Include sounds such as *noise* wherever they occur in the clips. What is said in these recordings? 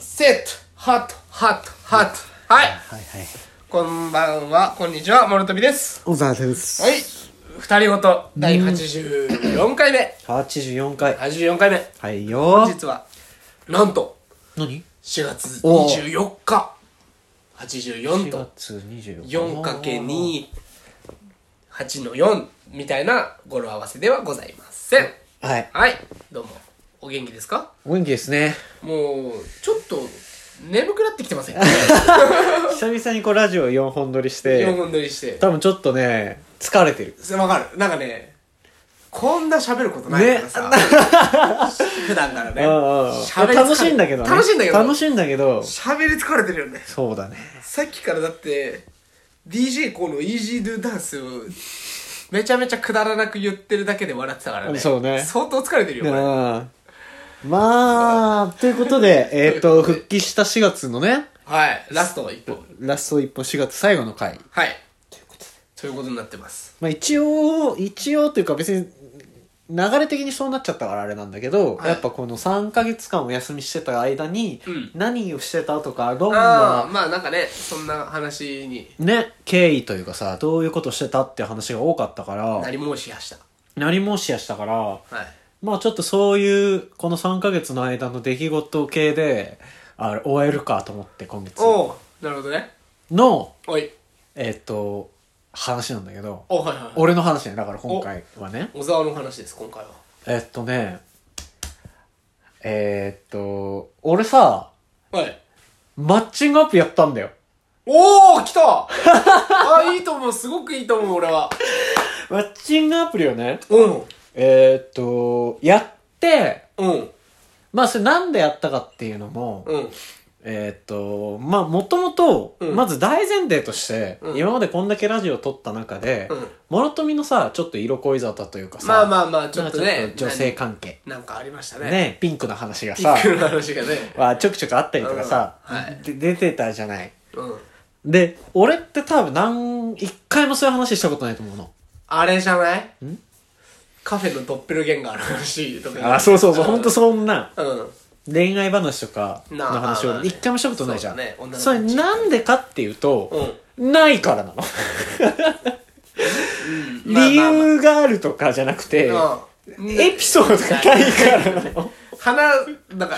セット、ハット、ハット、ハット。はい。はいはい。こんばんは、こんにちは、モルトビです。小沢です。はい。二人ごと、第84回目。 84回。 84回目。はいよー。実は、なんと、何4月おー24日。84 ?4 と、月24 4×2、8の4みたいな語呂合わせではございません。はい。はい。どうも、お元気ですかお元気ですね。もう、ちょっと、眠くなってきてませ *laughs* ん。久々にこうラジオ4本撮りして4、分撮りして。多分ちょっとね、疲れてる。わかる。なんかね、こんな喋ることないからさ。 *laughs* 普段からね。うんうんうん喋り疲れ楽しいんだけどね。楽しいんだけど。楽しいんだけど。喋り疲れてるよね。そうだね。さっきからだって、DJ この Easy Do ダンスを、めちゃめちゃくだらなく言ってるだけで笑ってたからね。そうね相当疲れてるよ、うこれ。ん。まあ、ということで、えっと、復帰した4月のね、はい。ラスト一本。ラスト1本4月最後の回。はい。ということになってます。まあ一応、一応というか別に、流れ的にそうなっちゃったからあれなんだけど、はいやっぱこの3ヶ月間お休みしてた間にうん、何をしてたとか、どんああ、な、まあなんかね、そんな話にね、経緯というかさ、どういうことしてたって話が多かったから、何もしやした。何もしやしたから、はい。まあちょっとそういう、この3ヶ月の間の出来事系で、あ終えるかと思って今月おうなるほどね。の、おい。えっと、話なんだけど、おはいはいはい。俺の話ね、だから今回はね。小沢の話です今回はえっとね、えーっと、俺さ、はいマッチングアプリやったんだよ。おお来たあいいと思うすごくいいと思う俺はマッチングアプリをね、うんえーっと、やって、うんまあそれなんでやったかっていうのも、うんえーっと、まあもともと、うんまず大前提として、うん今までこんだけラジオ撮った中で、うんモロトミのさ、ちょっと色恋沙汰というかさ、まあまあまあちょなっんかとちょっねと女性関係、ななんかありましたねね、ピンクの話がピさッ、クの話がね *laughs* はちょくちょくあったりとかさ、うんはいで出てたじゃない。うんで、俺って多分何、一回もそういう話したことないと思うの。あれじゃないんカフェのドッペルゲンガーの話とかあ、そうそうそう、ほんとうそんな。んうん恋愛話とかのなあ話まあをね一回もしたことないじゃん。そうだね女の子それなんでかっていううと、んないからなの。まあ理まあまあ由があるとかじゃなくて、うんエピソードがないからなの。話なんか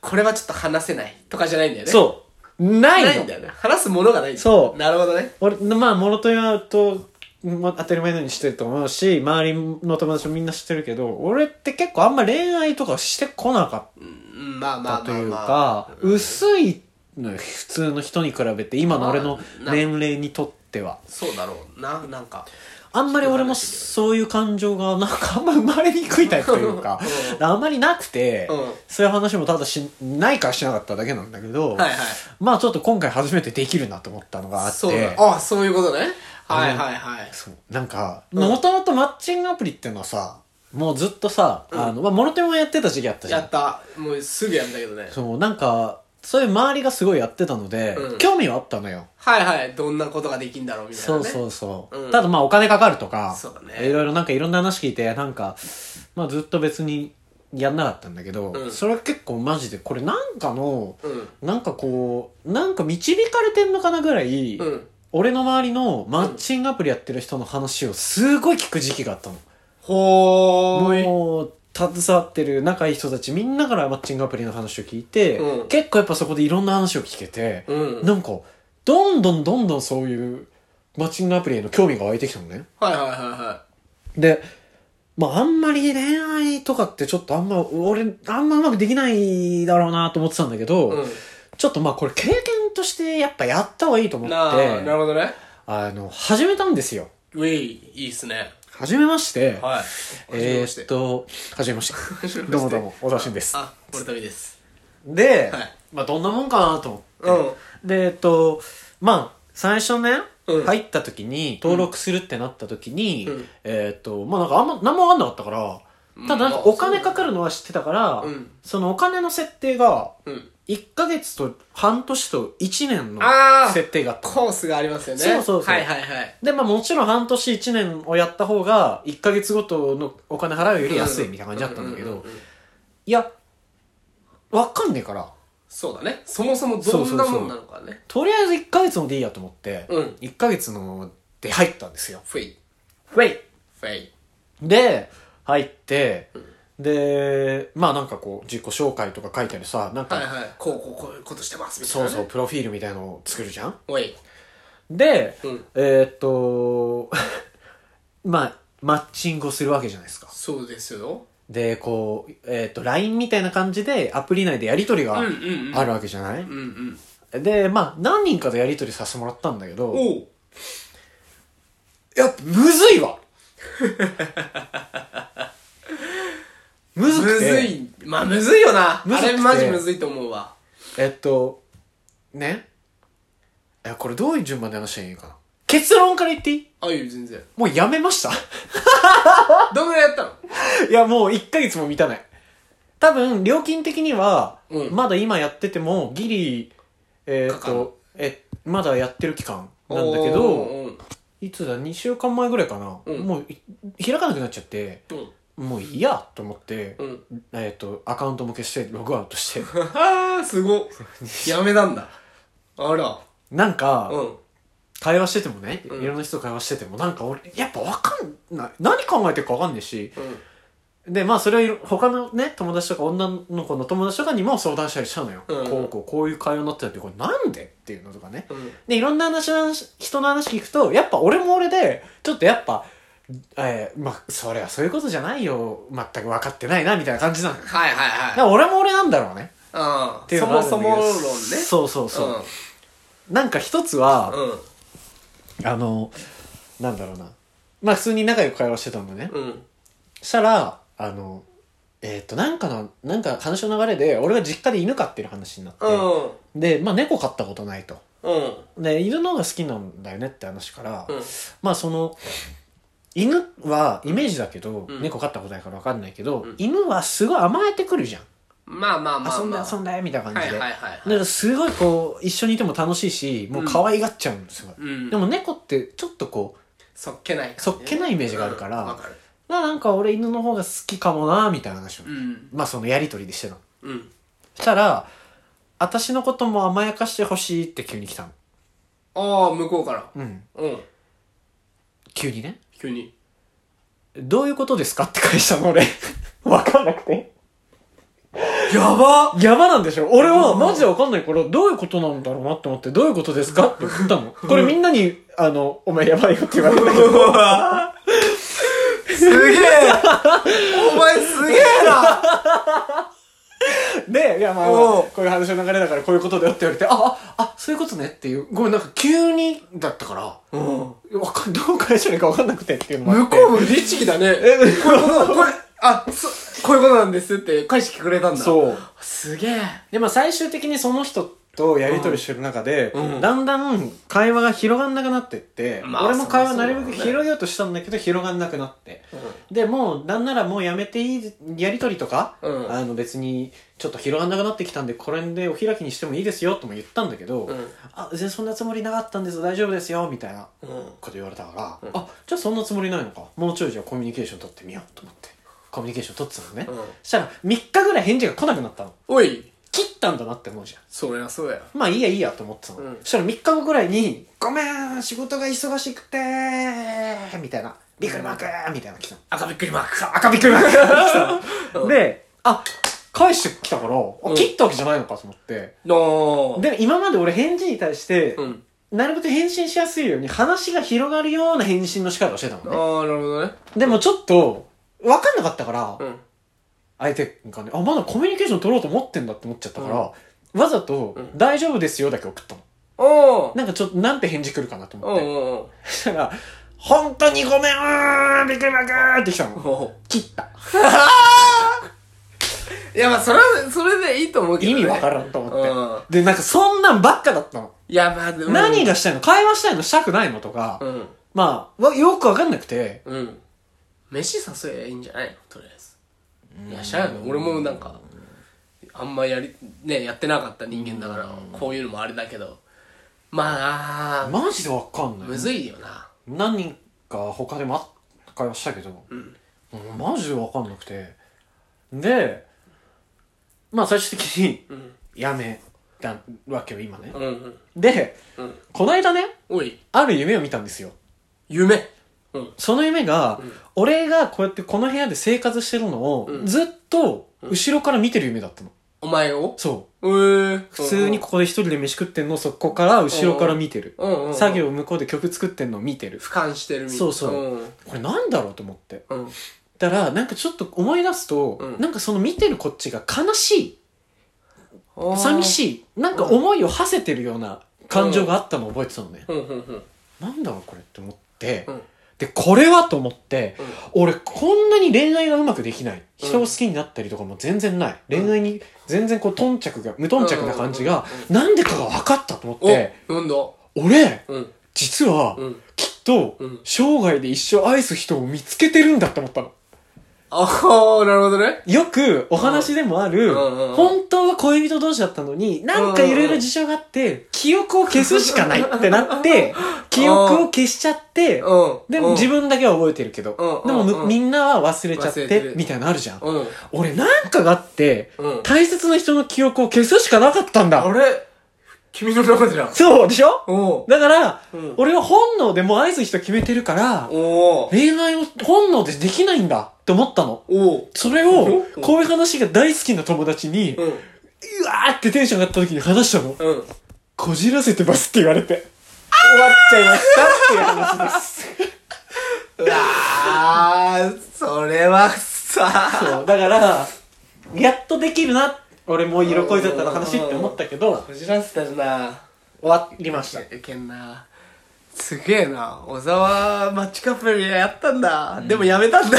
これはちょっと話せないとかじゃないんだよねそう。なないいのんだ。よね話すものがないそうなるほどね俺、まあ、モロトヤと、ま当たり前のようにしてると思うし、周りの友達もみんな知ってるけど、俺って結構あんま恋愛とかしてこなかった。うんまあまあまあまあだというか、薄いのよ普通の人に比べて今の俺のまあな年齢にとってはそうだろうななんかあんまり俺もそういう感情がなんかあんま生まれにくいタイプというかあんまりなくて、うんそういう話もただしないからしなかっただけなんだけど、はいはいまあちょっと今回初めてできるなと思ったのがあってそうだあそういうことねはいうんはいはいそうなんかんもともとマッチングアプリっていうのはさもうずっとさ、あのまあ、モロテもやってた時期あったじゃやんったもうすぐやんだけどねそうなんかそういう周りがすごいやってたので、うん興味はあったのよはいはいどんなことができんだろうみたいなそねうそううそう、うんただまあお金かかるとかそうだねいろいろなんかいろんな話聞いてなんか、まあ、ずっと別にやんなかったんだけど、うんそれは結構マジでこれなんかのうんなんかこうなんか導かれてんのかなぐらい、うん俺の周りのマッチングアプリやってる人の話をすごい聞く時期があったの、ほーいもう携わってる仲いい人たちみんなからマッチングアプリの話を聞いて、うん結構やっぱそこでいろんな話を聞けて、うんなんか、どんどんどんどんそういうマッチングアプリへの興味が湧いてきたのね。はいはいはいはで、まああんまり恋愛とかってちょっとあんま、俺、あんまうまくできないだろうなと思ってたんだけど、いちょっとまあこれ経験としてやっぱやった方がいいとう思っんて、なあなるほどねあの、始めたんですよ。ウェイいいっすね始めまして、はいえーっと、始めまし *laughs* て。初めましてどうもどうも、小沢俊です。あこれ旅ですで、はいまあどんなもんかなと思って、うんでえっとまあ最初ね、うん入った時に登録するってなった時に、うんえっとまあなんかあんま何も分かんなかったからただなんかお金かかるのは知ってたから、うんそのお金の設定がうん1ヶ月と半年と1年のあー設定があったコースがありますよねそうそうそうはいはいはいでまあもちろん半年1年をやった方が1ヶ月ごとのお金払うより安いみたいな感じだったんだけど、うううういや分かんねえからそうだねそもそもどんなもんなのかねとりあえず1ヶ月のでいいやと思って、うん1ヶ月ので入ったんですよ。フェイフェイフェイで、入って、で、まあなんかこう、自己紹介とか書いてあるさ、なんか、はいはいこうこうこういうことしてますみたいそな、うね、そう、プロフィールみたいのを作るじゃんおいで、うんえーっと、 *laughs* まあ、マッチングをするわけじゃないですか。そうですよで、こう、えーっと、LINE みたいな感じで、アプリ内でやりとりがうんうんうんあるわけじゃない、うんうんで、まあ、何人かとやりとりさせてもらったんだけど、おうやっぱ、むず *laughs* いわむずむくてずいまあむずいよなむずあくてれマジむずいと思うわえっと、ね。いや、これどういう順番で話したらいいかな。結論から言っていいあいいよ全然もうやめました *laughs* どんぐらいやったのいや、もう1ヶ月も満たない。多分、料金的には、うんまだ今やってても、ギリ、えーっかかると、え、まだやってる期間なんだけおど、ーいつだ、2週間前ぐらいかな。うんもうい、開かなくなっちゃって、うんもういいやと思って、うんうんえーっと、アカウントも消して、ログアウトして。ああすごっやめたんだあらなん *laughs* か、うん会話しててもね、うんいろんな人と会話してても、なんか俺、やっぱわかんない。何考えてるかわかんないし。で、まあそれはいろ他のね、友達とか女の子の友達とかにも相談したりしたのよ。うんこうこう、こういう会話になってたって、これなんでっていうのとかね。うんうんで、いろんな話の話人の話聞くと、やっぱ俺も俺で、ちょっとやっぱ、えーまあ、それはそういうことじゃないよ。全く分かってないな、みたいな感じなのよ。だはいはいから俺も俺なんだろうね。はいってうんいうそのがあもるんだそけもど論ねそうそうそう。なんか一つは、うんうんあの、なんだろうな。まあ普通に仲良く会話してたんだね。うんしたら、あの、えーっと、なんかの、なんか話の流れで、俺が実家で犬飼ってる話になって、うんで、まあ猫飼ったことないと。うんで、犬の方が好きなんだよねって話から、うんまあその、犬はイメージだけど、うん猫飼ったことないからわかんないけど、ん犬はすごい甘えてくるじゃん。まあまあまあまあ遊んで遊んでみたいな感はじいで。はいはいだからすごいこう、一緒にいても楽しいし、もう可愛がっちゃうんですよ。うんでも猫ってちょっとこう、そっけない感じねそっけないイメージがあるからうんわかるまあなんか俺犬の方が好きかもなみたいな話を、うんまあそのやりとりでしてたのうんそしたら私のことも甘やかしてほしいって急に来たのああ向こうからうんうん急にね急にどういうことですかって返したの俺 *laughs* わかんなくてやばやばなんでしょ俺はマジでわかんないからどういうことなんだろうなって思ってどういうことですかって言ったのこれみんなにあのお前やばいよって言われたけど *laughs* すげえお前すげえなで、いやまあ、おうこういう話の流れだからこういうことだよって言われて、あ、あ、あ、そういうことねっていう。ごめん、なんか急にだったから、うんわかん、 *laughs* どう返したらいいかわかんなくてっていうのもあ向って。こうも律儀だね。え、こういうこと、これ、あ、そ、こういうことなんですって返してくれたんだ。う。そう。すげえ。で、まあ最終的にその人とやりとりしてる中で、うんうんだんだん会話が広がんなくなってって、まあ俺も会そ話りなゃそうだろるうねべく広げようとしたんだけど、広がんなくなって。で、もう、なんならもうやめていい、やりとりとか、うんあの別に、ちょっと広がんなくなってきたんで、これでお開きにしてもいいですよ、とも言ったんだけど、うんあ、全然そんなつもりなかったんです、大丈夫ですよ、みたいなうんこと言われたから、あ、じゃあそんなつもりないのか。もうちょいじゃあコミュニケーション取ってみようと思って、コミュニケーション取ってたのね。うんそしたら、3日ぐらい返事が来なくなったの。おい、切ったんだなって思うじゃん。そりゃそうや。まあいいやいいやと思ってたの。うんそしたら3日後ぐらいに、ごめん、仕事が忙しくてー、みたいな、びっくりマークー、みたいなの来たの。赤びっくりマークさ。赤びっくりマークー来たうの。んで、あ、返してきたから、あん切ったわけじゃないのかと思って。のー。で、今まで俺返事に対して、うん。なるべく返信しやすいように話が広がるような返信の仕方をしてたあのあ、ね。なるほどね。でもちょっと、わかんなかったから、うん。相手がね、あ、まだコミュニケーション取ろうと思ってんだって思っちゃったから、わざとん、大丈夫ですよだけ送ったの。おー。なんかちょっと、なんて返事来るかなとう思んっうて。んうん。そしたら、本当にごめんうーんびっくりばくーってきたの。おう切った。いや、まあ、それは、それでいいと思うけど意ね。味わかららんと思って。で、なんかそんなんばっかだったの。いや、まあ、でも。何がしたいの会話したいのしたくないのとかう、ん。まあ、わよくわかんなくて、うん。飯誘えばいいんじゃないのとりあえず。いや、しゃあない。俺もなんか、あんまやり、ね、やってなかった人間だから、こういうのもあれだけど。まあ、マジでわかんなむい。ずいよな。何人か他でもあ会話したけど、んうんマジでわかんなくて。で、まあ最終的に *laughs* うん。やめたわけよ、今ね。うんうんで、うんこの間ね、おいある夢を見たんですよ。夢うんその夢が、俺がこうやってこの部屋で生活してるのを、うんずっと後ろから見てる夢だったの。お前をそえう。ー、普通にここで一人で飯食ってんのをそこから後ろから見てる。うんうんうん作業向こうで曲作ってんのを見てる。俯瞰してるみたいそうそううんこれなんだろうと思って。うんだから、なんかちょっと思い出すと、うんなんかその見てるこっちが悲しあーい、寂しい、なんか思いを馳せてるような感情があったのを覚えてたのね。うんうんうんなんだろうこれって思って、うんで、これはと思って、うん俺こんなに恋愛がうまくできない。うん人を好きになったりとかも全然ない。恋愛に全然こう頓着が、無頓着な感じが、なんでかが分かったと思っおて、なんだ俺、うん実は、うんきっとうん、生涯で一生愛す人を見つけてるんだって思ったの。ああなるほどねよくお話でもある、うんうんうん本当は恋人同士だったのに、なんかいろいろ事情があって、記憶を消すしかないってなって、記憶を消しちゃって、うんでも自分だけは覚えてるけど、うんでもうんむうんみんなは忘れちゃっ忘れててる、みたいなのあるじゃん。うんうん俺なんかがあって、うん大切な人の記憶を消すしかなかったんあだ。れ君の中じゃんそうでしょおうだから、うん俺は本能でもう愛す人決めてるから、おう恋愛を本能でできないんだって思ったの。おうそれをう、んこういう話が大好きな友達に、うんうわーってテンション上がった時に話したの。うんこじらせてますって言われて。終わっちゃいましたっていう話です。うわあそれはさそう、だから、やっとできるな。俺もう色恋だったの話って思ったけど、こじらせてるな終わりました。いけんなすげえな小沢マッチカップルやったんだ、でもやめたんだ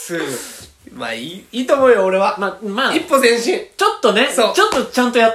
すぐ。 *laughs* まあいいいいと思うよ俺は、まあ、まあ、一歩前進ちょっとね、ちそょうっとちゃんとやっ